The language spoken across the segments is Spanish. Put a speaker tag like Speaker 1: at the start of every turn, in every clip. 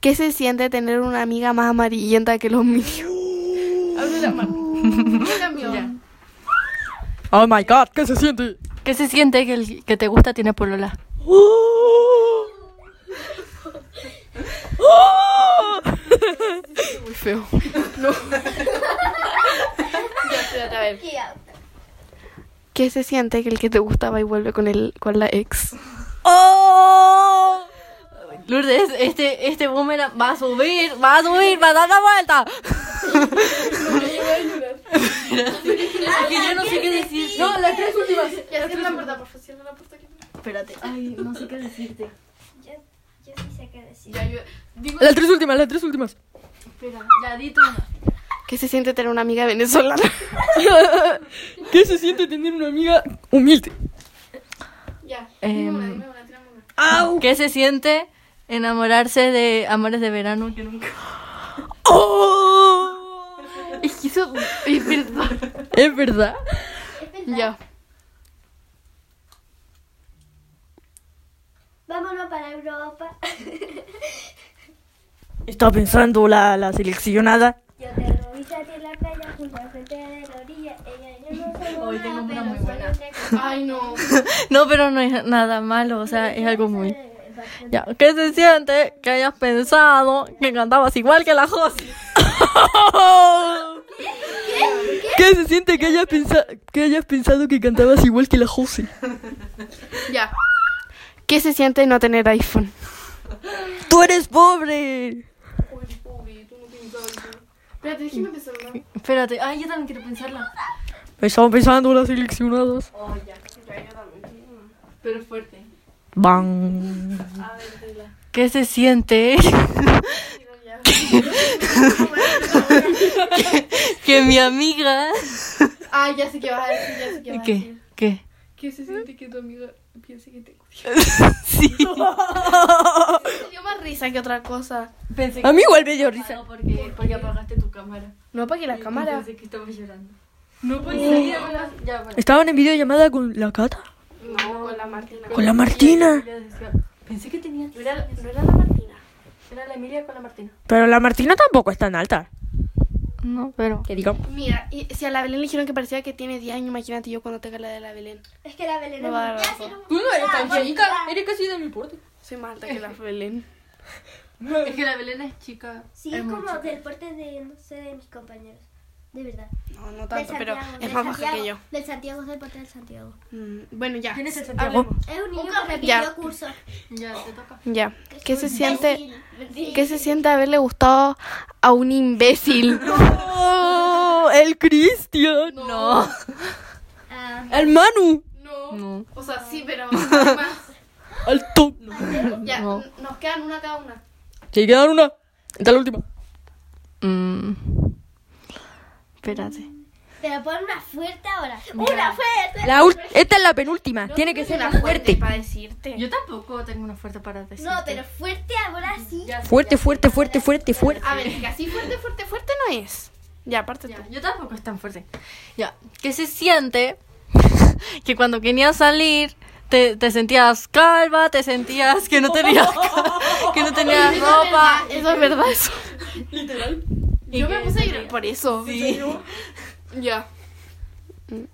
Speaker 1: ¿Qué se siente tener una amiga más amarillenta que los míos?
Speaker 2: Abre la mano. Ya.
Speaker 3: Oh my god, ¿qué se siente?
Speaker 2: ¿Qué se siente que el que te gusta tiene polola?
Speaker 1: Muy feo.
Speaker 2: Espérate, a ver.
Speaker 1: ¿Qué se siente que el que te gustaba y vuelve con el con la ex?
Speaker 3: ¡Oh!
Speaker 2: Lourdes, este, este boomerang va a subir, va a subir, va a dar la vuelta. Es que yo no sé qué decir. No, las tres últimas. Espérate. Ay, no sé qué decirte.
Speaker 4: Yo, yo sí sé qué decir.
Speaker 3: Las tres últimas, las tres últimas.
Speaker 2: Ya, di tú una.
Speaker 1: ¿Qué se siente tener una amiga venezolana?
Speaker 3: ¿Qué se siente tener una amiga humilde?
Speaker 2: Em, ¿Qué se siente enamorarse de amores de verano que nunca?
Speaker 3: ¡Oh!
Speaker 2: Es que eso es verdad.
Speaker 3: ¿Es verdad?
Speaker 2: Ya.
Speaker 4: Vámonos para Europa.
Speaker 3: Está pensando la, la seleccionada.
Speaker 4: Yo te robé a ti en la playa junto al frente de la orilla. Ella y yo no somos
Speaker 2: Hoy tengo
Speaker 4: nada,
Speaker 2: una
Speaker 4: pero
Speaker 2: muy
Speaker 4: solo
Speaker 2: buena.
Speaker 4: entre comillas.
Speaker 1: Ah,
Speaker 2: No, pero no es nada malo, o sea, es algo muy.
Speaker 4: Eh, bastante.
Speaker 3: Ya, ¿qué se siente que hayas pensado que cantabas igual que la Josie? ¿Qué se siente que hayas, pensa- que hayas pensado que cantabas igual que la Josie?
Speaker 1: Ya. ¿Qué se siente no tener iPhone?
Speaker 3: ¡Tú eres pobre!
Speaker 2: Espérate, ay, yo también quiero pensarla.
Speaker 3: Estaban pensando las seleccionadas.
Speaker 2: Oh, Pero fuerte.
Speaker 3: ¡Bam!
Speaker 2: ¿Qué se siente? que, que mi amiga.
Speaker 1: Ah, ya sé qué vas a decir, ya sé qué
Speaker 2: ¿Qué? ¿Qué?
Speaker 1: ¿Qué se siente que tu amiga piense que te
Speaker 2: Sí.
Speaker 1: Me dio más risa que otra cosa.
Speaker 2: Pensé
Speaker 3: A mí igual me dio risa.
Speaker 2: porque, porque apagaste tu cámara.
Speaker 1: No apague la cámara.
Speaker 2: que estabas llorando. No podía Ya, bueno.
Speaker 3: Estaban en videollamada con la Cata.
Speaker 1: No, con la Martina.
Speaker 3: Con la Martina.
Speaker 2: Pensé que tenía.
Speaker 1: No era, no era la Martina.
Speaker 2: Era la Emilia con la Martina.
Speaker 3: Pero la Martina tampoco es tan alta.
Speaker 2: No, pero.
Speaker 3: Que digo.
Speaker 1: Mira, y si a la Belén le dijeron que parecía que tiene 10 años, imagínate yo cuando tenga la de la Belén.
Speaker 4: Es que la Belén
Speaker 1: Me
Speaker 4: es
Speaker 1: va a dar
Speaker 4: muy-
Speaker 1: asco.
Speaker 3: Tú Ah, no eres tan
Speaker 4: chiquita,
Speaker 3: eres casi de mi porte.
Speaker 1: Soy más alta que la Belén.
Speaker 2: Es que la Belén es chica.
Speaker 4: Sí, es como del porte de, no sé, de mis compañeros. De verdad.
Speaker 1: No, no
Speaker 4: Del
Speaker 1: tanto, pero
Speaker 4: Santiago,
Speaker 1: es
Speaker 4: del
Speaker 1: más baja
Speaker 4: Santiago,
Speaker 1: que yo.
Speaker 4: Del Santiago, es del porte del Santiago.
Speaker 1: Mm, bueno, ya.
Speaker 2: ¿Quién es el
Speaker 1: Hablemos.
Speaker 4: Es un niño que
Speaker 1: Ya.
Speaker 4: repitió curso.
Speaker 2: Ya, te toca.
Speaker 1: Ya. ¿Qué se siente?
Speaker 4: Imbécil, imbécil.
Speaker 1: ¿Qué se siente haberle gustado a un imbécil?
Speaker 3: ¡Oh! ¡El Cristian!
Speaker 2: No.
Speaker 4: Ah,
Speaker 3: ¡El Manu!
Speaker 1: No.
Speaker 2: No.
Speaker 1: O sea, sí, pero más.
Speaker 3: ¡El Tom!
Speaker 1: Ya,
Speaker 2: No.
Speaker 1: nos quedan una cada una.
Speaker 3: Si quedan una, esta es la última.
Speaker 2: Mm. Espérate.
Speaker 4: pero pon una fuerte ahora. ¡Una fuerte!
Speaker 3: La ul- esta es la penúltima. Tiene que ser la fuerte.
Speaker 1: para decirte.
Speaker 2: Yo tampoco tengo una fuerte para decir.
Speaker 4: No, pero fuerte ahora sí.
Speaker 3: Fuerte, fuerte, fuerte, fuerte, fuerte.
Speaker 1: A ver, es que así fuerte, fuerte, fuerte no es. Ya, aparte tú.
Speaker 2: Ya, yo tampoco es tan fuerte. Ya, que se siente que cuando querías salir te, te sentías calva, te sentías que no tenías, que no tenías ropa.
Speaker 1: Eso es verdad, eso.
Speaker 2: y
Speaker 1: Yo me
Speaker 2: que
Speaker 1: puse a
Speaker 2: tenías-
Speaker 1: llorar por eso.
Speaker 2: Sí.
Speaker 1: Ya.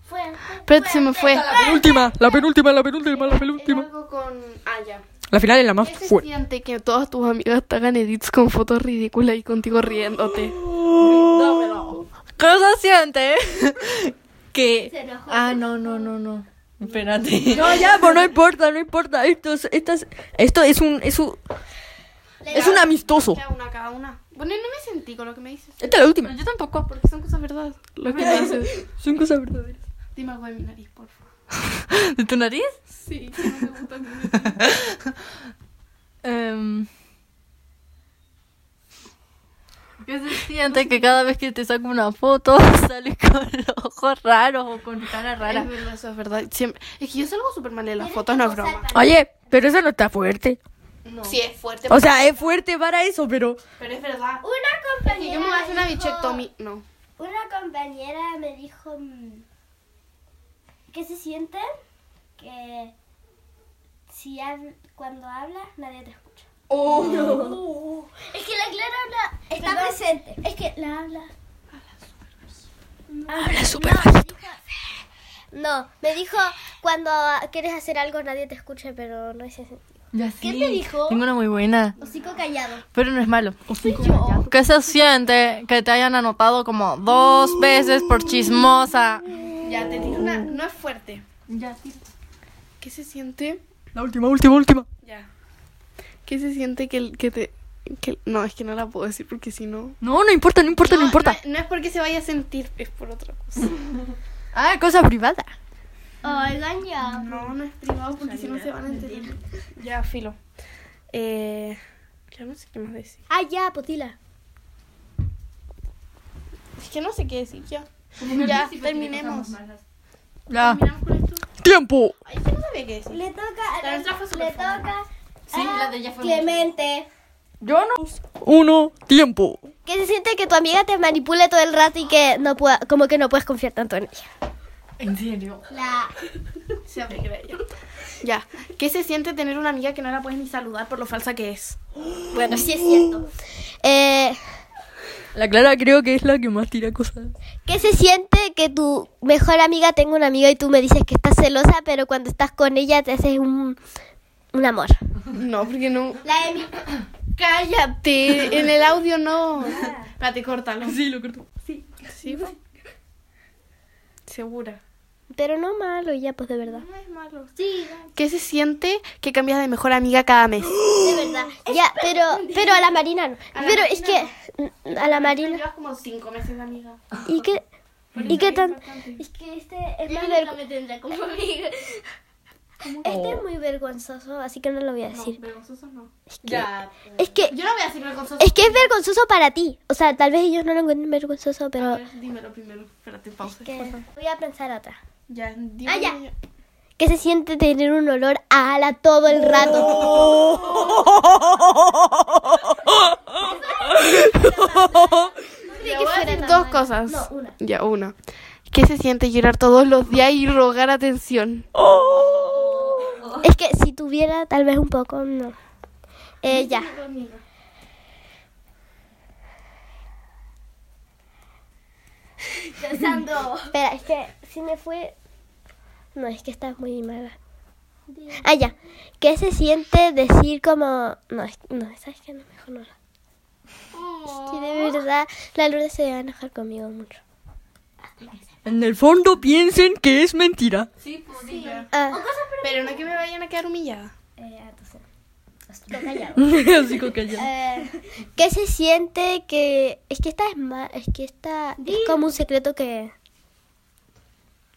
Speaker 4: Fuerte.
Speaker 1: Pero se me fue.
Speaker 3: La penúltima, la penúltima, la penúltima, la penúltima.
Speaker 1: algo con. Ah, ya.
Speaker 3: La final es la más
Speaker 1: ¿Qué se
Speaker 3: fuerte.
Speaker 1: siente que todas tus amigas te hagan edits con fotos ridículas y contigo riéndote?
Speaker 2: ¿Cómo se siente? que...
Speaker 4: Se enojó.
Speaker 2: Ah, no, no, no, no. Espérate.
Speaker 3: No, ya, pues no importa, no importa. Esto es, esto es, esto es un, es un, es un amistoso.
Speaker 1: Cada una, cada una. Bueno, no me sentí con lo que me dices.
Speaker 3: Esta es la última.
Speaker 2: Yo tampoco.
Speaker 1: Porque son cosas verdad. Lo que me dices.
Speaker 3: Son cosas verdaderas.
Speaker 1: Dime algo de mi nariz, por favor.
Speaker 2: ¿De tu nariz?
Speaker 1: Sí, no me gusta mi nariz.
Speaker 2: Em, ¿Qué se siente que cada vez que te saco una foto sales con ojos raros o con cara
Speaker 1: Es
Speaker 2: rara?
Speaker 1: verdad, eso es verdad. Siempre. Es que yo salgo súper mal en las fotos, no es broma.
Speaker 3: Oye, pero esa no está fuerte.
Speaker 1: Sí, es fuerte.
Speaker 3: O sea, es fuerte para eso, pero
Speaker 1: Pero es verdad.
Speaker 4: Una
Speaker 1: Y
Speaker 4: compañera.
Speaker 1: yo me voy a hacer una
Speaker 4: dijo-
Speaker 1: bichectomía. No.
Speaker 4: Una compañera me dijo mm, que se siente que si hab- cuando hablas nadie te escucha.
Speaker 1: Oh.
Speaker 4: Es que
Speaker 5: Clara habla. Está presente. Es que la habla.
Speaker 1: Habla súper bajito.
Speaker 4: No, me dijo cuando quieres hacer algo nadie te escucha, pero no es ese.
Speaker 2: Ya
Speaker 5: ¿Qué
Speaker 2: sí.
Speaker 5: te dijo?
Speaker 2: Tengo una muy buena,
Speaker 5: Hocico callado.
Speaker 2: pero no es malo. ¿Qué se siente que te hayan anotado como dos veces por chismosa?
Speaker 1: Ya, te tiro una. No es fuerte. ¿Qué se siente?
Speaker 2: La última, última, última.
Speaker 1: Ya. ¿Qué se siente que, el- que te. que- no, es que no la puedo decir porque si no.
Speaker 3: No, no importa, no importa, no, importa.
Speaker 1: No, es porque se vaya a sentir, es por otra cosa.
Speaker 2: Ah, cosa privada.
Speaker 4: Oh,
Speaker 5: Oigan ya.
Speaker 1: No, no es privado porque si no se van a enterar. Ya, filo. Eh. Ya no sé qué más decir.
Speaker 4: Ah, ya, potila.
Speaker 1: Es que no sé qué decir ya. Ya, terminemos.
Speaker 2: Ya.
Speaker 1: Terminamos con esto.
Speaker 3: ¡Tiempo!
Speaker 1: Ay, yo no sabía qué decir.
Speaker 5: Le toca.
Speaker 1: La
Speaker 5: Le,
Speaker 1: nuestra fue súper
Speaker 5: le
Speaker 1: fácil.
Speaker 5: toca.
Speaker 2: Sí,
Speaker 5: a
Speaker 2: la de ella fue muy-
Speaker 5: Clemente.
Speaker 3: Yo no. Uno, tiempo.
Speaker 4: ¿Qué se siente que tu amiga te manipule todo el rato y que no pueda, como que no puedes confiar tanto en ella?
Speaker 2: ¿En serio?
Speaker 5: La.
Speaker 1: Se alegra ella. Ya. ¿Qué se siente tener una amiga que no la puedes ni saludar por lo falsa que es?
Speaker 4: Bueno, sí es cierto. Eh,
Speaker 3: La Clara creo que es la que más tira cosas.
Speaker 4: ¿Qué se siente que tu mejor amiga tenga un amigo y tú me dices que estás celosa, pero cuando estás con ella te haces un, un amor?
Speaker 1: No, porque no.
Speaker 5: La Emi.
Speaker 1: Cállate, en el audio no. Espérate, córtalo.
Speaker 3: Sí, lo corto.
Speaker 1: Sí, fue. Segura.
Speaker 4: Pero no malo, ya, pues de verdad.
Speaker 1: No es malo.
Speaker 5: Sí,
Speaker 1: ¿Qué se siente que cambias de mejor amiga cada mes?
Speaker 5: de verdad.
Speaker 4: Ya, pero, pero a la Marina no.
Speaker 1: A la
Speaker 4: Pero
Speaker 1: Marina
Speaker 4: es que mm, a la Marina.
Speaker 1: Llevas como cinco meses de amiga.
Speaker 4: ¿Y qué, y qué tan?
Speaker 5: Es que este es más
Speaker 4: más del-
Speaker 5: vergüenza. me tendrá como amiga.
Speaker 4: Este es muy vergonzoso, así que no lo voy a decir.
Speaker 1: vergonzoso no.
Speaker 2: Ya.
Speaker 4: Es que
Speaker 1: Yo no voy a decir vergonzoso.
Speaker 4: es que es vergonzoso para ti. O sea, tal vez ellos no lo encuentren vergonzoso,
Speaker 1: A
Speaker 4: pero
Speaker 1: ver, dímelo primero. Espérate, pausa.
Speaker 4: que- voy a pensar otra.
Speaker 1: Ya, dime.
Speaker 4: Ah, ya. ¿Qué se siente tener un olor a ala todo el rato?
Speaker 1: Te
Speaker 4: que
Speaker 1: voy a
Speaker 4: fuera
Speaker 1: decir
Speaker 4: tan
Speaker 1: dos
Speaker 4: malo.
Speaker 1: cosas.
Speaker 4: No, una.
Speaker 1: Ya, una. ¿Qué se siente llorar todos los días y rogar atención?
Speaker 3: Oh.
Speaker 4: Es que si tuviera tal vez un poco, no. Eh, ya.
Speaker 5: Pensando.
Speaker 4: Espera, es que si me fue... No, es que está muy mala. Ah, ya. ¿Qué se siente decir como... No, es- no sabes que no, mejor no. Es que de verdad la Lourdes se va a enojar conmigo mucho.
Speaker 3: En el fondo piensen que es mentira.
Speaker 4: Ah,
Speaker 1: Pero no que me vayan a quedar humillada.
Speaker 3: Así con callado.
Speaker 4: eh, ¿Qué se siente que... Es que esta es ma- Es que esta es como un secreto que...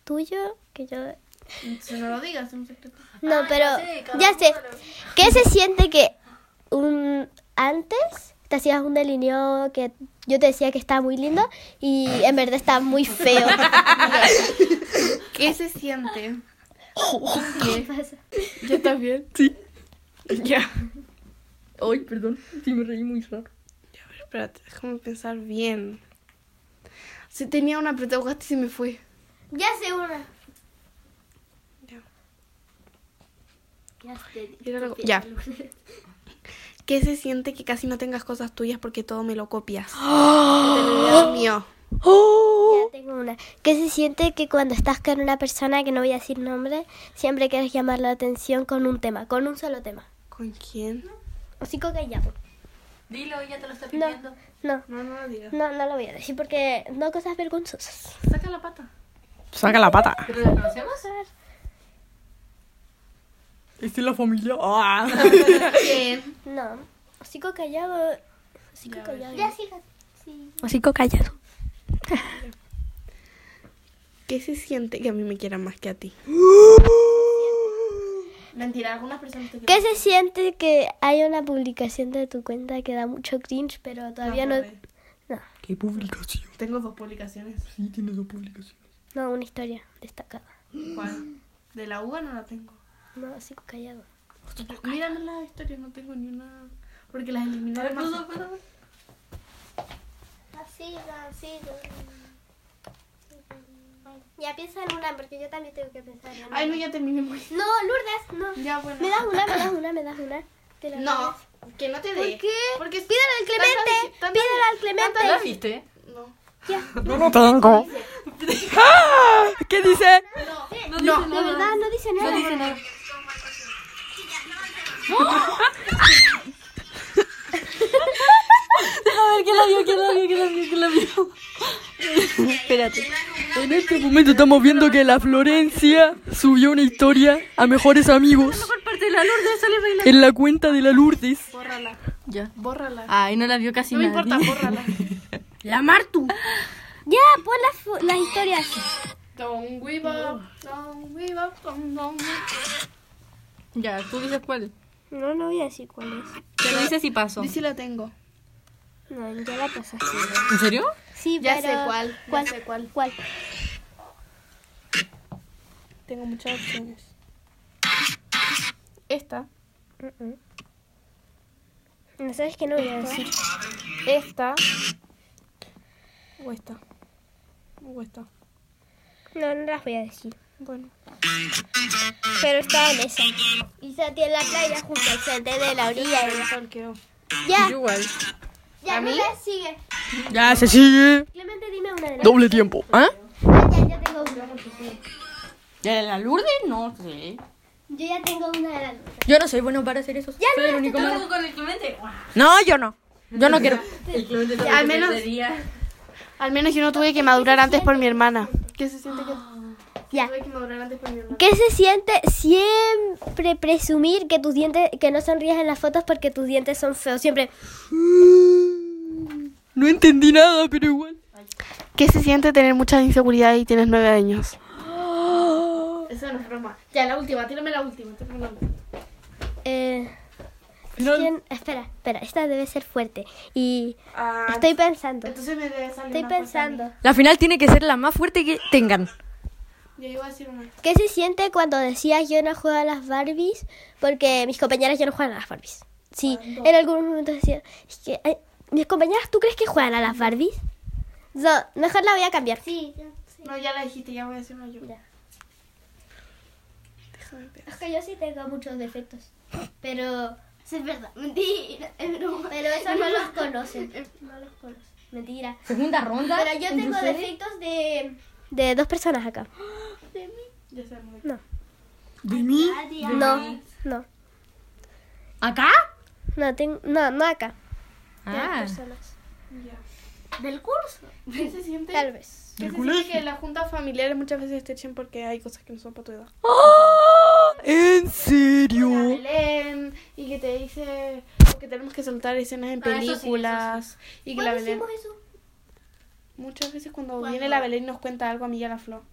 Speaker 4: Tuyo, que yo...
Speaker 1: Si no lo digas, es un secreto. Ah,
Speaker 4: No, pero ya sé. ¿Qué se siente que un antes te hacías un delineado que yo te decía que estaba muy lindo y en verdad está muy feo?
Speaker 1: ¿Qué se siente?
Speaker 4: ¿Qué pasa?
Speaker 1: ¿Ya estás bien?
Speaker 3: Sí.
Speaker 1: Ya.
Speaker 3: Ay, perdón. Sí, me reí muy raro.
Speaker 1: Espérate, déjame pensar bien. Si tenía una, pero te ahogaste y se me fue.
Speaker 5: Ya sé una.
Speaker 1: Ya.
Speaker 5: Ya sé.
Speaker 1: Era algo- Ya. ¿Qué se siente que casi no tengas cosas tuyas porque todo me lo copias? Te lo olvidas mío.
Speaker 3: Oh.
Speaker 4: Ya tengo una. ¿Qué se siente que cuando estás con una persona que no voy a decir nombre, siempre quieres llamar la atención con un tema, con un solo tema?
Speaker 1: ¿Con quién?
Speaker 4: Hocico callado.
Speaker 2: Dilo, ella te lo está
Speaker 4: pues. No, no,
Speaker 1: No, no lo digas.
Speaker 4: no, no lo voy a decir porque no cosas vergonzosas.
Speaker 1: Saca la pata.
Speaker 3: Saca la pata.
Speaker 2: ¿Pero la conocemos?
Speaker 3: Esta es la familia. Ah.
Speaker 1: ¿Quién?
Speaker 4: No, hocico callado. Hocico callado.
Speaker 5: Ya sí, hija. Sí.
Speaker 3: Hocico callado.
Speaker 1: ¿Qué se siente que a mí me quieran más que a ti? Mentira, algunas personas te
Speaker 4: ¿Qué se siente que hay una publicación de tu cuenta que da mucho cringe, pero todavía no...
Speaker 3: ¿Qué publicación?
Speaker 1: Tengo dos publicaciones.
Speaker 3: Sí, tiene dos publicaciones.
Speaker 4: No, una historia destacada.
Speaker 1: ¿Cuál? De la uva no la tengo.
Speaker 4: No, así callado.
Speaker 1: Mira las historias, no tengo ni una. Porque las eliminaron.
Speaker 5: Así, así.
Speaker 4: Ya piensa en una, porque yo también tengo que pensar en
Speaker 1: Ay, no, ya terminé muy.
Speaker 4: No, Lourdes, no.
Speaker 1: Ya, bueno.
Speaker 4: Me das una, me das una, me das una. Te la
Speaker 1: No,
Speaker 4: das.
Speaker 1: que no te dé.
Speaker 4: ¿Por qué?
Speaker 1: Porque es-
Speaker 4: Pídale al Clemente. encanta
Speaker 2: ¿La viste?
Speaker 1: No.
Speaker 3: No lo tengo. ¡Ah! ¿Qué dice?
Speaker 2: No,
Speaker 4: De verdad, no dice nada.
Speaker 2: No dice nada. Deja ver quién la vio, quién la vio, quién la vio, quién la vio. Espérate.
Speaker 3: En este momento estamos viendo que la Florencia subió una historia a mejores amigos
Speaker 2: Por parte de la Lourdes sale bailando.
Speaker 3: en la cuenta de la Lourdes.
Speaker 1: Bórrala.
Speaker 2: Ya.
Speaker 1: Bórrala.
Speaker 2: Ay, no la vio casi
Speaker 1: no me
Speaker 2: nadie.
Speaker 1: importa, bórrala.
Speaker 2: La Martu.
Speaker 4: Ya, pon las, fo- las historias.
Speaker 1: Don't give up, don't give up, don't, don't give up.
Speaker 2: Ya, tú dices cuál.
Speaker 4: No, no voy a decir cuál es.
Speaker 2: Tú dices si paso.
Speaker 1: Sí, sí la tengo.
Speaker 4: No, ya la pasaste.
Speaker 2: ¿En serio?
Speaker 4: Sí,
Speaker 1: Ya
Speaker 4: pero-
Speaker 1: sé cuál, ya
Speaker 4: ¿Cuál?
Speaker 1: sé cuál.
Speaker 4: ¿Cuál?
Speaker 1: Tengo muchas opciones. Esta,
Speaker 4: Mm-mm. Mm, No sabes que no voy a decir.
Speaker 1: esta o esta. O esta.
Speaker 4: No, no las voy a decir.
Speaker 1: Bueno.
Speaker 4: Pero estaba en esa. Y Santi en la playa junto al frente de la orilla. del-
Speaker 1: ¿Cuál quedó?
Speaker 4: Ya,
Speaker 2: Yo igual.
Speaker 4: ya no la sigue.
Speaker 3: Ya se sigue.
Speaker 4: Clemente, dime una de las.
Speaker 3: Doble tiempo. ¿Ah?
Speaker 4: Ah, ya, ya tengo una.
Speaker 2: ¿La de la Lourdes? No sé.
Speaker 4: Yo ya tengo una de las.
Speaker 3: Yo no soy bueno para hacer eso.
Speaker 4: Ya no las
Speaker 2: ¿Cómo hago con el Clemente?
Speaker 3: No, yo no. Yo no quiero.
Speaker 2: El Clemente
Speaker 1: Ya, al menos- Al menos yo no tuve que madurar antes por mi hermana. ¿Qué se siente que
Speaker 4: Ya.
Speaker 1: Ah, tuve que madurar antes por mi hermana?
Speaker 4: ¿Qué se siente siempre presumir que tus dientes, que no sonríes en las fotos porque tus dientes son feos? Siempre.
Speaker 3: No entendí nada, pero igual.
Speaker 1: ¿Qué se siente tener mucha inseguridad y tienes nueve años? Eso no es broma. Ya, la última, tírame la última, tírame la última.
Speaker 4: Eh,
Speaker 3: Final.
Speaker 4: ¿quién- Espera, espera, esta debe ser fuerte. Y
Speaker 1: Ah,
Speaker 4: estoy pensando.
Speaker 1: Entonces me debe salir
Speaker 4: Estoy
Speaker 1: una cosa a mí.
Speaker 4: pensando.
Speaker 3: La final tiene que ser la más fuerte que tengan.
Speaker 1: Yo iba a decir una.
Speaker 4: ¿Qué se siente cuando decías yo no juego a las Barbies? Porque mis compañeras ya no juegan a las Barbies. Sí, en algunos momentos decía, es que, ay, mis compañeras, ¿tú crees que juegan a las Barbies? No, mejor la voy a cambiar. Sí,
Speaker 1: No, ya la dijiste, ya voy a decir una yo. Déjame ver.
Speaker 6: Es que yo sí tengo muchos defectos. Pero. Es verdad. Mentira. Pero eso no los conocen. No los conocen. Mentira.
Speaker 2: Segunda ronda.
Speaker 6: Pero yo tengo defectos de.
Speaker 4: de dos personas acá.
Speaker 1: Ya sé, muy bien.
Speaker 4: No, no,
Speaker 2: ¿Acá?
Speaker 4: no, ten- no, no acá.
Speaker 2: Ah.
Speaker 6: Del curso.
Speaker 1: ¿Qué se siente?
Speaker 4: Tal vez.
Speaker 1: ¿Qué se siente que las juntas familiares muchas veces te echen porque hay cosas que no son para tu edad?
Speaker 3: ¡Ah! ¿En serio?
Speaker 1: La Belén, y que te dice que tenemos que soltar escenas en
Speaker 2: Ah, eso sí, eso sí.
Speaker 1: películas. Y que la Belén.
Speaker 6: hicimos eso?
Speaker 1: Muchas veces cuando viene la Belén y nos cuenta algo a mí y a la Flor.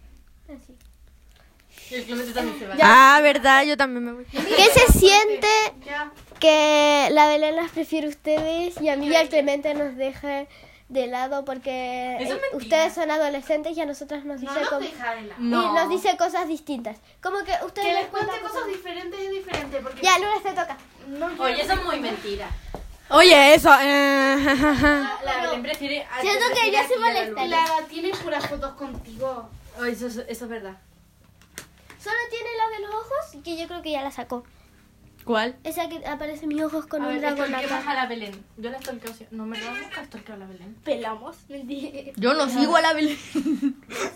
Speaker 2: El Clemente también se va.
Speaker 3: Ah, verdad, yo también me voy.
Speaker 4: ¿Qué se siente
Speaker 1: Ya.
Speaker 4: que la Belén las prefiere a ustedes y a mí y al Clemente nos deja de lado porque
Speaker 2: Eso es
Speaker 4: eh,
Speaker 2: mentira.
Speaker 4: ustedes son adolescentes y a nosotras nos dice como-
Speaker 2: No.
Speaker 4: y nos dice cosas distintas. Como que ustedes
Speaker 1: Que les
Speaker 4: cuentan
Speaker 1: cuente cosas diferentes es diferente porque
Speaker 4: Ya, Lourdes te toca.
Speaker 1: no quiero-
Speaker 2: Oye, eso es muy mentira.
Speaker 3: Oye, eso. eh,
Speaker 2: La Belén prefiere. a-
Speaker 4: Siento que
Speaker 2: prefiere
Speaker 4: yo sí
Speaker 2: a ti a la
Speaker 4: molesté.
Speaker 2: Lourdes.
Speaker 1: la tienen puras fotos contigo.
Speaker 2: Oh, eso, es- eso es verdad.
Speaker 4: Solo tiene la de los ojos que yo creo que ya la sacó.
Speaker 2: ¿Cuál?
Speaker 4: Esa que aparece en mis ojos con
Speaker 2: A
Speaker 4: un
Speaker 2: ver,
Speaker 4: dragón
Speaker 2: ¿qué
Speaker 4: acá.
Speaker 2: a la Belén? Yo la stalkeo. si- No me la gusta stalkeo a la Belén.
Speaker 1: Pelamos. Mentira.
Speaker 2: Yo no sigo a la Belén.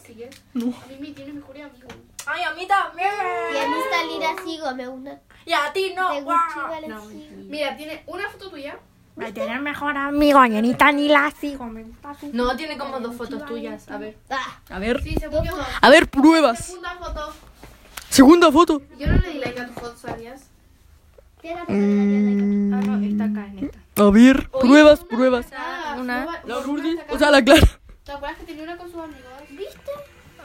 Speaker 1: Sigue. A mí me tiene mejor amigo.
Speaker 2: Ay, a mí también.
Speaker 4: Y a mí Salira sigo, me gusta.
Speaker 2: Y a ti no.
Speaker 4: De
Speaker 2: guau.
Speaker 4: Gucci vale
Speaker 2: No,
Speaker 4: sigo.
Speaker 1: Mira, tiene una foto tuya.
Speaker 3: A tener mejor amigo, yo ni tan ni la sigo.
Speaker 2: No, tiene como dos fotos
Speaker 1: ¿eh?
Speaker 2: tuyas. A ver.
Speaker 4: Ah,
Speaker 3: A ver.
Speaker 1: Sí, según yo dos.
Speaker 3: A ver, pruebas.
Speaker 1: Segunda foto.
Speaker 3: Segunda foto.
Speaker 1: Yo no le di like a tu foto, ¿sabías?
Speaker 4: tiene la de
Speaker 1: Ah, no, está acá en esta.
Speaker 3: A ver, pruebas, pruebas.
Speaker 1: Ah,
Speaker 2: Una.
Speaker 1: fue-
Speaker 3: La
Speaker 1: fue
Speaker 3: Lourdes,
Speaker 1: hasta acá.
Speaker 3: o sea, la Clara.
Speaker 1: ¿Te acuerdas que tenía una con sus amigos?
Speaker 4: ¿Viste?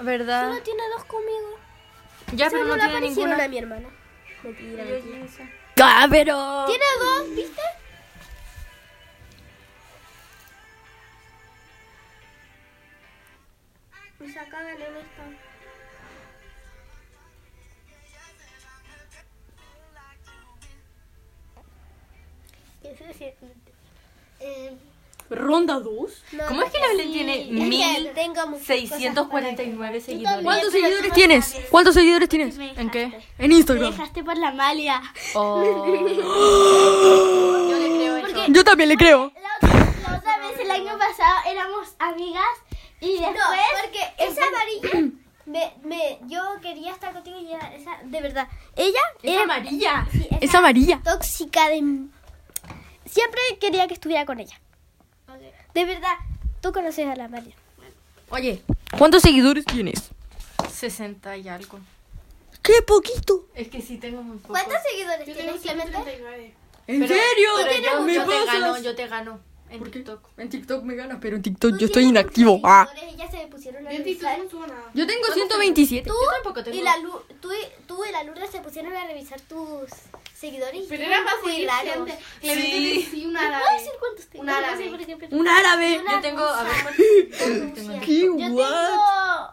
Speaker 2: ¿Verdad?
Speaker 4: Solo tiene dos conmigo.
Speaker 2: Ya,
Speaker 4: Solo
Speaker 2: pero no
Speaker 4: le
Speaker 2: tiene
Speaker 4: aparecieron
Speaker 2: ninguna.
Speaker 4: a mi hermana. Mentira, mentira.
Speaker 3: Ah, pero.
Speaker 4: Tiene dos, ¿viste? Pues acá gané esta. ¿Qué se siente? Eh,
Speaker 3: Ronda 2.
Speaker 4: No,
Speaker 2: ¿Cómo es que la Belén tiene
Speaker 4: Es que tengo muchas cosas
Speaker 2: 1649 seguidores?
Speaker 3: ¿Cuántos seguidores tienes? ¿Cuántos seguidores tienes?
Speaker 2: ¿En qué?
Speaker 3: En Instagram.
Speaker 4: por la malia.
Speaker 2: Oh.
Speaker 3: Yo también le creo.
Speaker 4: La otra, la otra vez el año pasado éramos amigas y después... No, porque esa amarilla... Me, me, yo quería estar contigo y ella, esa, de verdad, ella era
Speaker 2: amarilla.
Speaker 4: sí, esa
Speaker 3: Es amarilla.
Speaker 7: Tóxica de... Siempre quería que estuviera con ella.
Speaker 4: De verdad,
Speaker 7: Tú conoces a la María.
Speaker 3: Oye, ¿cuántos seguidores tienes?
Speaker 2: 60 y algo.
Speaker 3: ¡Qué poquito!
Speaker 2: Es que sí tengo muy poco.
Speaker 4: ¿cuántos seguidores tienes, Clemente?
Speaker 3: ¿En
Speaker 2: Pero-
Speaker 3: serio?
Speaker 2: pero yo,
Speaker 3: ¿Me
Speaker 2: yo te
Speaker 3: pasas?
Speaker 2: gano, yo te gano en TikTok.
Speaker 3: En TikTok me ganas, pero en TikTok yo estoy inactivo. Ah.
Speaker 4: Ellas se pusieron a
Speaker 1: Yo en
Speaker 4: revisar.
Speaker 1: TikTok no subo nada.
Speaker 3: Yo tengo 127.
Speaker 4: Tú
Speaker 2: Yo tampoco tengo.
Speaker 4: y, la Lu- tú, y, tú y la Lourdes se pusieron a revisar tus seguidores. y
Speaker 1: Pero
Speaker 4: eran
Speaker 1: era para
Speaker 4: muy
Speaker 1: seguir
Speaker 4: raros.
Speaker 1: gente.
Speaker 2: Sí.
Speaker 1: Clemente le decía una
Speaker 4: ¿Puedo
Speaker 1: árabe.
Speaker 4: decir cuántos tengo?
Speaker 1: Un
Speaker 4: No, no
Speaker 1: árabe.
Speaker 4: sé por ejemplo.
Speaker 3: Un árabe.
Speaker 4: Una
Speaker 2: Yo tengo, a ver,
Speaker 4: rusa.
Speaker 2: ¿cuántos-
Speaker 4: Rusia.
Speaker 2: cuántos
Speaker 3: ¿Qué?
Speaker 4: Yo
Speaker 3: What?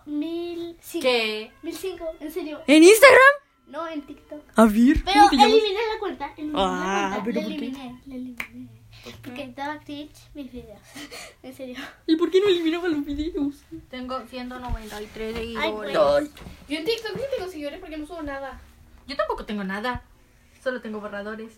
Speaker 4: tengo mil cinco.
Speaker 2: ¿Qué?
Speaker 4: Mil cinco, en serio.
Speaker 3: ¿En Instagram?
Speaker 4: No, en TikTok.
Speaker 3: A ver.
Speaker 4: Pero
Speaker 3: ¿cómo te llamas?
Speaker 4: eliminé la cuenta. Eliminé
Speaker 3: Ah,
Speaker 4: la cuenta.
Speaker 3: pero
Speaker 4: la
Speaker 3: ¿por qué?
Speaker 4: eliminé, la eliminé. Porque estaba cringe mis videos. en serio.
Speaker 3: ¿Y por qué no eliminaba los videos?
Speaker 2: Tengo 193
Speaker 4: Ay, güey.
Speaker 2: seguidores.
Speaker 1: Yo en TikTok no tengo seguidores porque no subo nada.
Speaker 2: Yo tampoco tengo nada. Solo tengo borradores.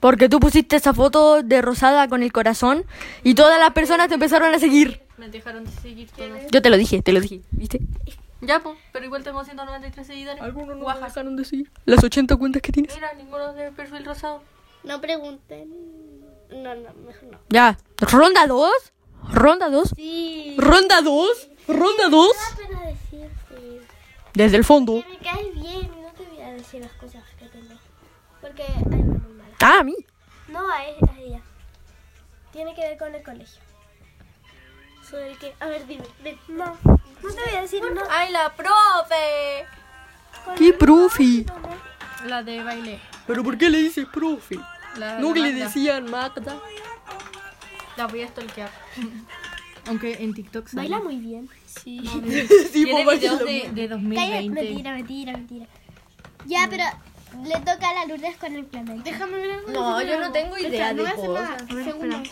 Speaker 3: Porque tú pusiste esa foto de Rosada con el corazón y todas las personas te empezaron a seguir.
Speaker 2: Me dejaron de seguir todas.
Speaker 3: Yo te lo dije, te lo dije, ¿viste?
Speaker 2: Ya, pues, pero igual tengo 193 seguidores. Guajas.
Speaker 3: dejaron de seguir. Las 80 cuentas que tienes.
Speaker 2: Mira, ninguno de perfil rosado.
Speaker 4: No pregunten. No, no, mejor no.
Speaker 3: Ya. ¿Ronda 2? ¿Ronda 2?
Speaker 4: Sí.
Speaker 3: ¿Ronda 2? ¿Ronda 2?
Speaker 4: pena decirte.
Speaker 3: Desde el fondo.
Speaker 4: Que me caes bien y no te voy a decir las cosas que tengo. Porque hay una muy mala.
Speaker 3: Ah, a mí.
Speaker 4: No, a, e- a ella. Tiene que ver con el colegio. Sobre que. A ver, dime. ven. No. No te voy a decir no.
Speaker 2: ¡Ay, la profe!
Speaker 3: ¡Qué profe!
Speaker 2: La de baile.
Speaker 3: ¿Pero por qué le dices profe?
Speaker 2: La,
Speaker 3: ¿No
Speaker 2: la
Speaker 3: le
Speaker 2: Magda.
Speaker 3: decían Magda?
Speaker 2: La voy a stalkear. Aunque en TikTok sale.
Speaker 4: Baila muy bien. Sí.
Speaker 3: Sí,
Speaker 2: Tiene
Speaker 3: papá,
Speaker 2: videos
Speaker 3: yo lo-
Speaker 2: de, de
Speaker 4: Cállate.
Speaker 2: 2020.
Speaker 4: Mentira, mentira, mentira. Ya, pero le toca a la Lourdes con el Clemente.
Speaker 1: Déjame ver algo.
Speaker 2: No, yo no tengo idea de
Speaker 1: no voy a hacer
Speaker 2: cosas.
Speaker 1: nada. Segundo.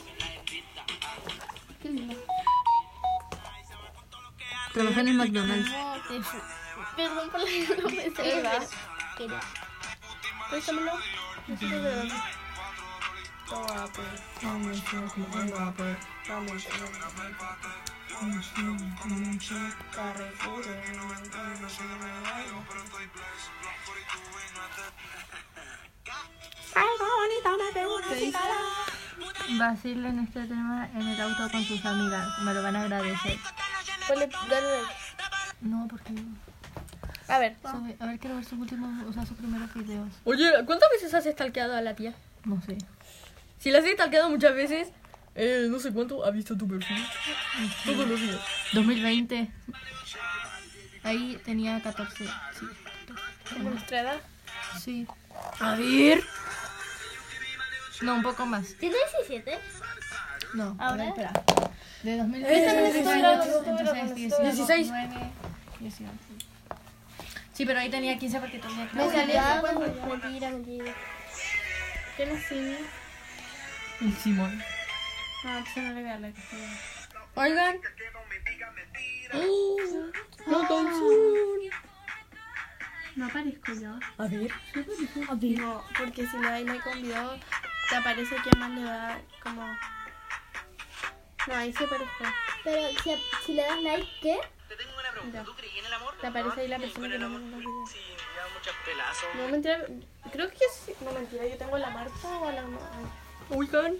Speaker 2: Trabajar en McDonald's.
Speaker 4: Perdón por la no me sé, pero quería. Préstamelo.
Speaker 2: Vacilen este tema en el auto con sus amigas. Me lo van a agradecer.
Speaker 4: Ponle, dale like.
Speaker 2: No, porque no.
Speaker 4: A ver.
Speaker 2: Sabe- A ver, quiero ver sus últimos, o sea, sus primeros videos.
Speaker 3: Oye, ¿cuántas veces has stalkeado a la tía?
Speaker 2: No sé.
Speaker 3: Si la has stalkeado muchas veces, eh, no sé cuánto ha visto tu perfil. Todos los días.
Speaker 2: 2020. Ahí tenía 14. Sí.
Speaker 1: Como nuestra edad.
Speaker 2: sí.
Speaker 3: A ver.
Speaker 2: No, un poco más.
Speaker 4: ¿Tiene 17?
Speaker 2: No.
Speaker 4: ¿Ahora?
Speaker 2: Espera. De 2020. Entonces, 16. 9, 18. Sí, pero ahí tenía 15 porque tenía
Speaker 4: Me
Speaker 2: 15.
Speaker 4: salió Mentira, mentira.
Speaker 1: ¿Qué no sigue?
Speaker 2: El Simón.
Speaker 1: Ah, pues no le voy a la que estoy.
Speaker 2: Oigan.
Speaker 3: La canción.
Speaker 1: No aparezco yo.
Speaker 3: A ver.
Speaker 1: No, porque si le dais like a un video, te aparece quién más le da como. No, ahí sí aparezco.
Speaker 4: Pero si, si le das like, ¿qué?
Speaker 1: Mira. Te aparece ahí la persona que no me los videos.
Speaker 8: muchas pelazo.
Speaker 1: No mentira, creo que sí. No mentira, yo tengo a la Marta o a la. a-
Speaker 3: Oigan.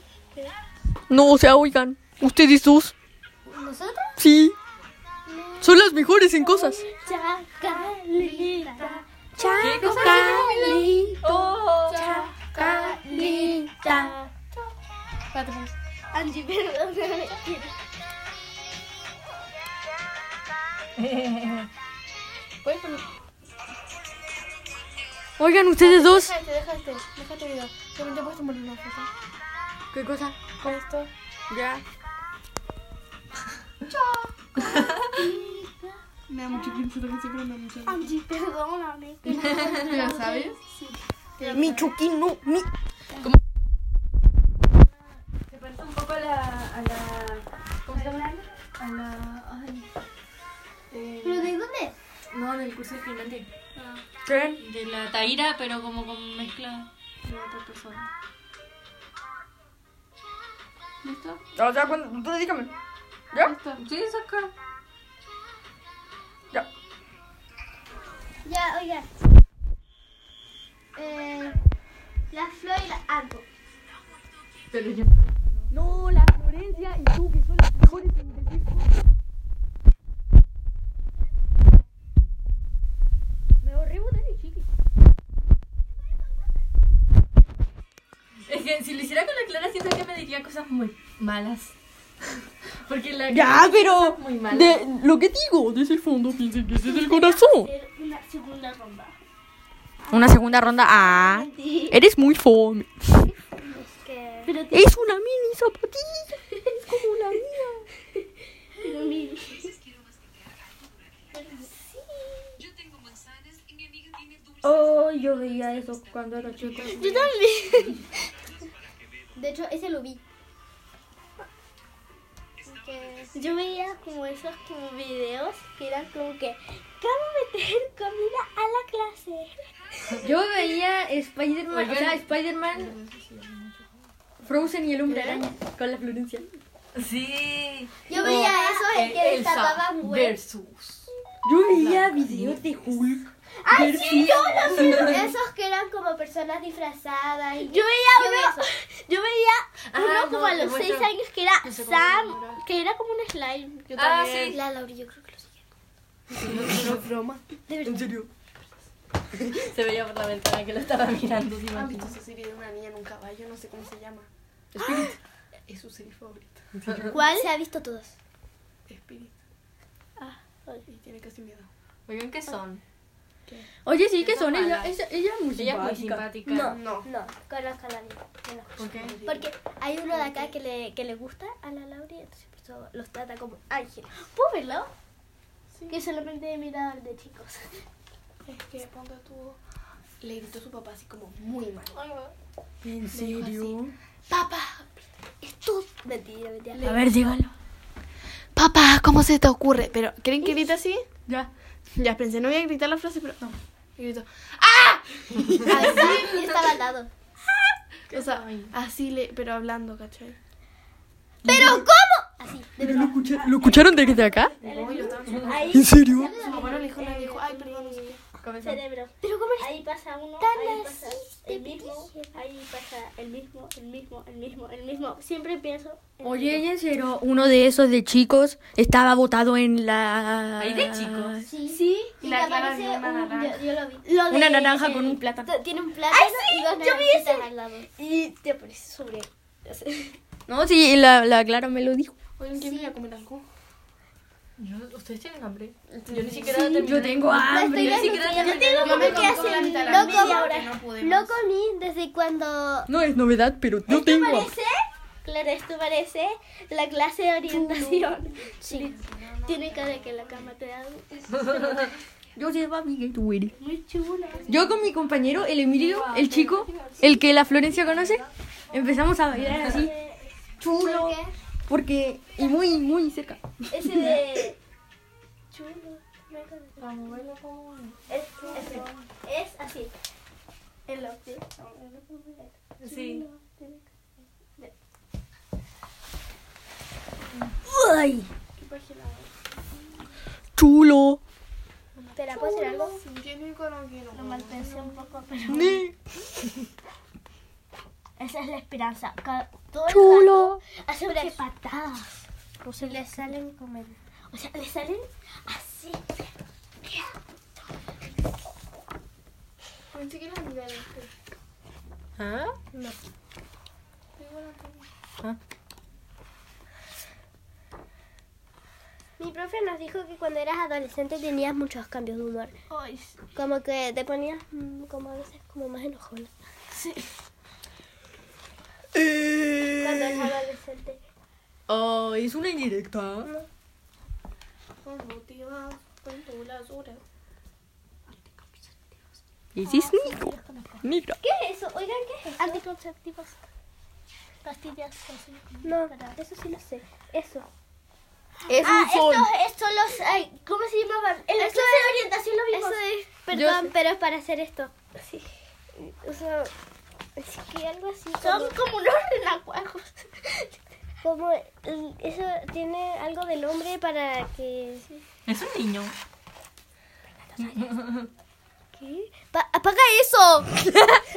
Speaker 3: No, o sea, oigan. Ustedes dos.
Speaker 4: ¿Nosotros?
Speaker 3: Sí. Son las mejores en cosas.
Speaker 4: Chacalita.
Speaker 2: Oh.
Speaker 4: Chacalita. Angie, perdón.
Speaker 1: Puedes poner.
Speaker 3: Oigan, ustedes dos.
Speaker 1: Déjate, déjate, déjate video. Pero te he puesto morir una foto.
Speaker 3: ¿Qué cosa?
Speaker 1: Con esto.
Speaker 3: Ya.
Speaker 1: Me da mucho tiempo lo que siempre me da mucho
Speaker 4: Angie, perdóname.
Speaker 1: ¿Te la sabes?
Speaker 3: Mi chuquín, no. Mi...
Speaker 2: Se parece un poco a la. A la ¿Cómo se llama? A la. Ay.
Speaker 4: ¿Pero de dónde?
Speaker 2: No, del curso de Clemente.
Speaker 3: ¿Qué?
Speaker 2: De la Taira, pero como con mezcla de otra persona. ¿Listo?
Speaker 3: Ya, ya, cuando, tú dedícame. ¿Ya?
Speaker 2: ¿Listo? Sí, saca.
Speaker 3: Ya.
Speaker 4: Ya, oigan. Eh, la flor y la árbol.
Speaker 2: Pero ya.
Speaker 3: No, la Florencia y tú, que son las mejores en decir cosas. Me borré botar y chiqui.
Speaker 2: Es que si lo hiciera con la Clara, siento que me diría cosas muy malas. Porque la
Speaker 3: Ya, pero.
Speaker 2: Muy mal.
Speaker 3: De, lo que digo, desde el fondo piensen que ese es el corazón.
Speaker 4: Hacer una segunda ronda.
Speaker 3: Una segunda ronda. Ah,
Speaker 4: Sí.
Speaker 3: eres muy fome.
Speaker 4: Pero, ti-
Speaker 3: Es una mini zapatilla. Es como la mía.
Speaker 4: pero mi-
Speaker 8: Oh, yo veía eso cuando era chica.
Speaker 4: Yo también. De hecho, ese lo vi. Yo veía como esos como videos que eran como que ¿Cómo meter comida a la clase?
Speaker 8: Yo veía Spider-Man, o sea, Spider-Man, Frozen y el hombre araña con la Florencia.
Speaker 2: Sí.
Speaker 4: Yo veía eso en que
Speaker 2: Elsa
Speaker 4: destapaban huevos.
Speaker 2: Versus.
Speaker 8: Yo veía videos de Hulk.
Speaker 4: ¡Ay, sí! Yo los vi! Esos que eran como personas disfrazadas. y- yo veía uno, yo veía
Speaker 2: Ah,
Speaker 4: uno
Speaker 2: no,
Speaker 4: como a los
Speaker 2: bueno,
Speaker 4: 6 años que era
Speaker 2: no sé cómo se
Speaker 4: Sam,
Speaker 2: llama.
Speaker 4: que era como un slime. Yo
Speaker 2: Ah,
Speaker 4: también.
Speaker 2: sí.
Speaker 4: La Laura, yo creo que lo sé.
Speaker 2: ¿En serio? Se veía por la ventana que lo estaba mirando. ¿se
Speaker 1: ¿Han
Speaker 2: imagina?
Speaker 1: visto esa serie de una niña en un caballo? No sé cómo se llama. Es su serie favorita.
Speaker 4: ¿Cuál? Se ha visto todos.
Speaker 1: Spirit.
Speaker 4: Ah,
Speaker 1: Y tiene casi miedo.
Speaker 2: Oigan, ¿qué son?
Speaker 8: Oye, sí, que
Speaker 2: Esas
Speaker 8: son ella,
Speaker 2: malas.
Speaker 8: ella, ella es muy
Speaker 2: Ella es muy
Speaker 8: simpática.
Speaker 2: simpática.
Speaker 4: No,
Speaker 1: No.
Speaker 4: no, conozco a la mía. conozco.
Speaker 2: ¿Por qué?
Speaker 4: Porque hay uno de acá que le, que le gusta a la Laura y entonces por eso los trata como ángeles. ¿Puedo verlo? Que solamente he mirado al de chicos.
Speaker 1: Es que ponte tú. Le gritó su papá así como muy mal.
Speaker 8: ¿En serio?
Speaker 1: Papá,
Speaker 4: Esto mentira, mentira.
Speaker 8: A ver, dígalo.
Speaker 1: papá, ¿cómo se te ocurre? Pero, ¿creen que grita así?
Speaker 8: Ya.
Speaker 1: Ya pensé, no voy a gritar la frase, pero no. Y grito,
Speaker 4: Así estaba al lado.
Speaker 1: o sea, así le, pero hablando, ¿cachai?
Speaker 4: ¿Pero cómo? Así, de
Speaker 3: ¿Lo, escucha- lo escucharon desde acá?
Speaker 4: verdad. Ahí
Speaker 3: Ah. ¿En serio?
Speaker 1: Su papá no le dijo nada, le dijo, ay, perdón, no sé qué.
Speaker 4: cerebro. Pero cómo Ahí pasa uno, ahí pasa el mismo, ahí pasa el mismo, el mismo, el mismo, el mismo. Siempre pienso. en-
Speaker 8: Oye, ella en serio, uno de esos de chicos estaba votado en la...
Speaker 2: ¿Hay de chicos?
Speaker 4: Sí, sí. Y
Speaker 1: la
Speaker 4: la
Speaker 1: Clara vio una naranja.
Speaker 4: yo, yo lo vi. Lo
Speaker 8: Una
Speaker 4: de-
Speaker 8: naranja con un plátano.
Speaker 4: T- Tiene un plátano y dos naranjitas al lado. Y te aparece sobre él.
Speaker 8: No, sí, la, la Clara me lo dijo.
Speaker 1: Oigan, ¿quién viene a comer algo?
Speaker 2: Yo- ¿Ustedes tienen hambre? Yo ni siquiera terminé.
Speaker 8: Yo tengo hambre.
Speaker 2: ni siquiera
Speaker 4: Yo
Speaker 2: terminé.
Speaker 4: tengo
Speaker 1: Yo
Speaker 4: como
Speaker 1: me
Speaker 4: que
Speaker 1: comí toda la
Speaker 4: hacer
Speaker 1: mitad de la
Speaker 4: loco
Speaker 1: media porque
Speaker 4: ahora.
Speaker 1: no pudimos.
Speaker 4: Lo comí desde cuando...
Speaker 3: No es novedad, pero no
Speaker 4: ¿Esto
Speaker 3: tengo. hambre.
Speaker 4: parece? Claro, esto parece la clase de orientación. Sí. Tiene cara de que la cama te da
Speaker 8: Yo sé, papi, que tú eres.
Speaker 4: muy chula.
Speaker 8: Yo con mi compañero, el Emilio, el chico, el que la Florencia conoce, empezamos a bailar así, chulo, porque... Y muy, muy cerca.
Speaker 4: Ese de... Chulo. no es como- Es, ese. es así. El objeto.
Speaker 2: Sí.
Speaker 8: ¡Ay! Chulo.
Speaker 4: ¿Te la puedo hacer algo?
Speaker 1: Yo no quiero.
Speaker 4: Lo malpensé un poco, pero
Speaker 8: Ni.
Speaker 4: esa es la esperanza. Ca- Todo el
Speaker 8: Chulo.
Speaker 4: rato Hace unas patadas. O sea, le salen como... el- O sea, le salen así.
Speaker 1: Pensé que las migajas.
Speaker 2: ¿Ah?
Speaker 7: Mi profe nos dijo que cuando eras adolescente tenías muchos cambios de humor. Como que te ponías mm, como a veces como más enojona.
Speaker 3: eh.
Speaker 4: Cuando eres adolescente.
Speaker 8: Oh, es una indirecta.
Speaker 1: Cuando te vas con tu basura.
Speaker 3: Ese es negro. Negro.
Speaker 4: ¿Qué es eso? Oigan, ¿qué es eso? Anticonceptivos. Pastillas.
Speaker 7: No, eso sí lo sé. Eso.
Speaker 3: Es
Speaker 4: Ah,
Speaker 3: un
Speaker 4: esto,
Speaker 3: sol.
Speaker 4: esto los... ay, ¿Cómo se llamaban? En la clase de orientación lo vimos.
Speaker 7: Perdón, pero es para hacer esto. Sí. O sea, es que algo así.
Speaker 4: Son
Speaker 7: como-
Speaker 4: como unos renacuajos. como el- eso tiene algo del hombre para que...
Speaker 2: Es un niño.
Speaker 4: ¿Qué? Pa- ¡Apaga eso!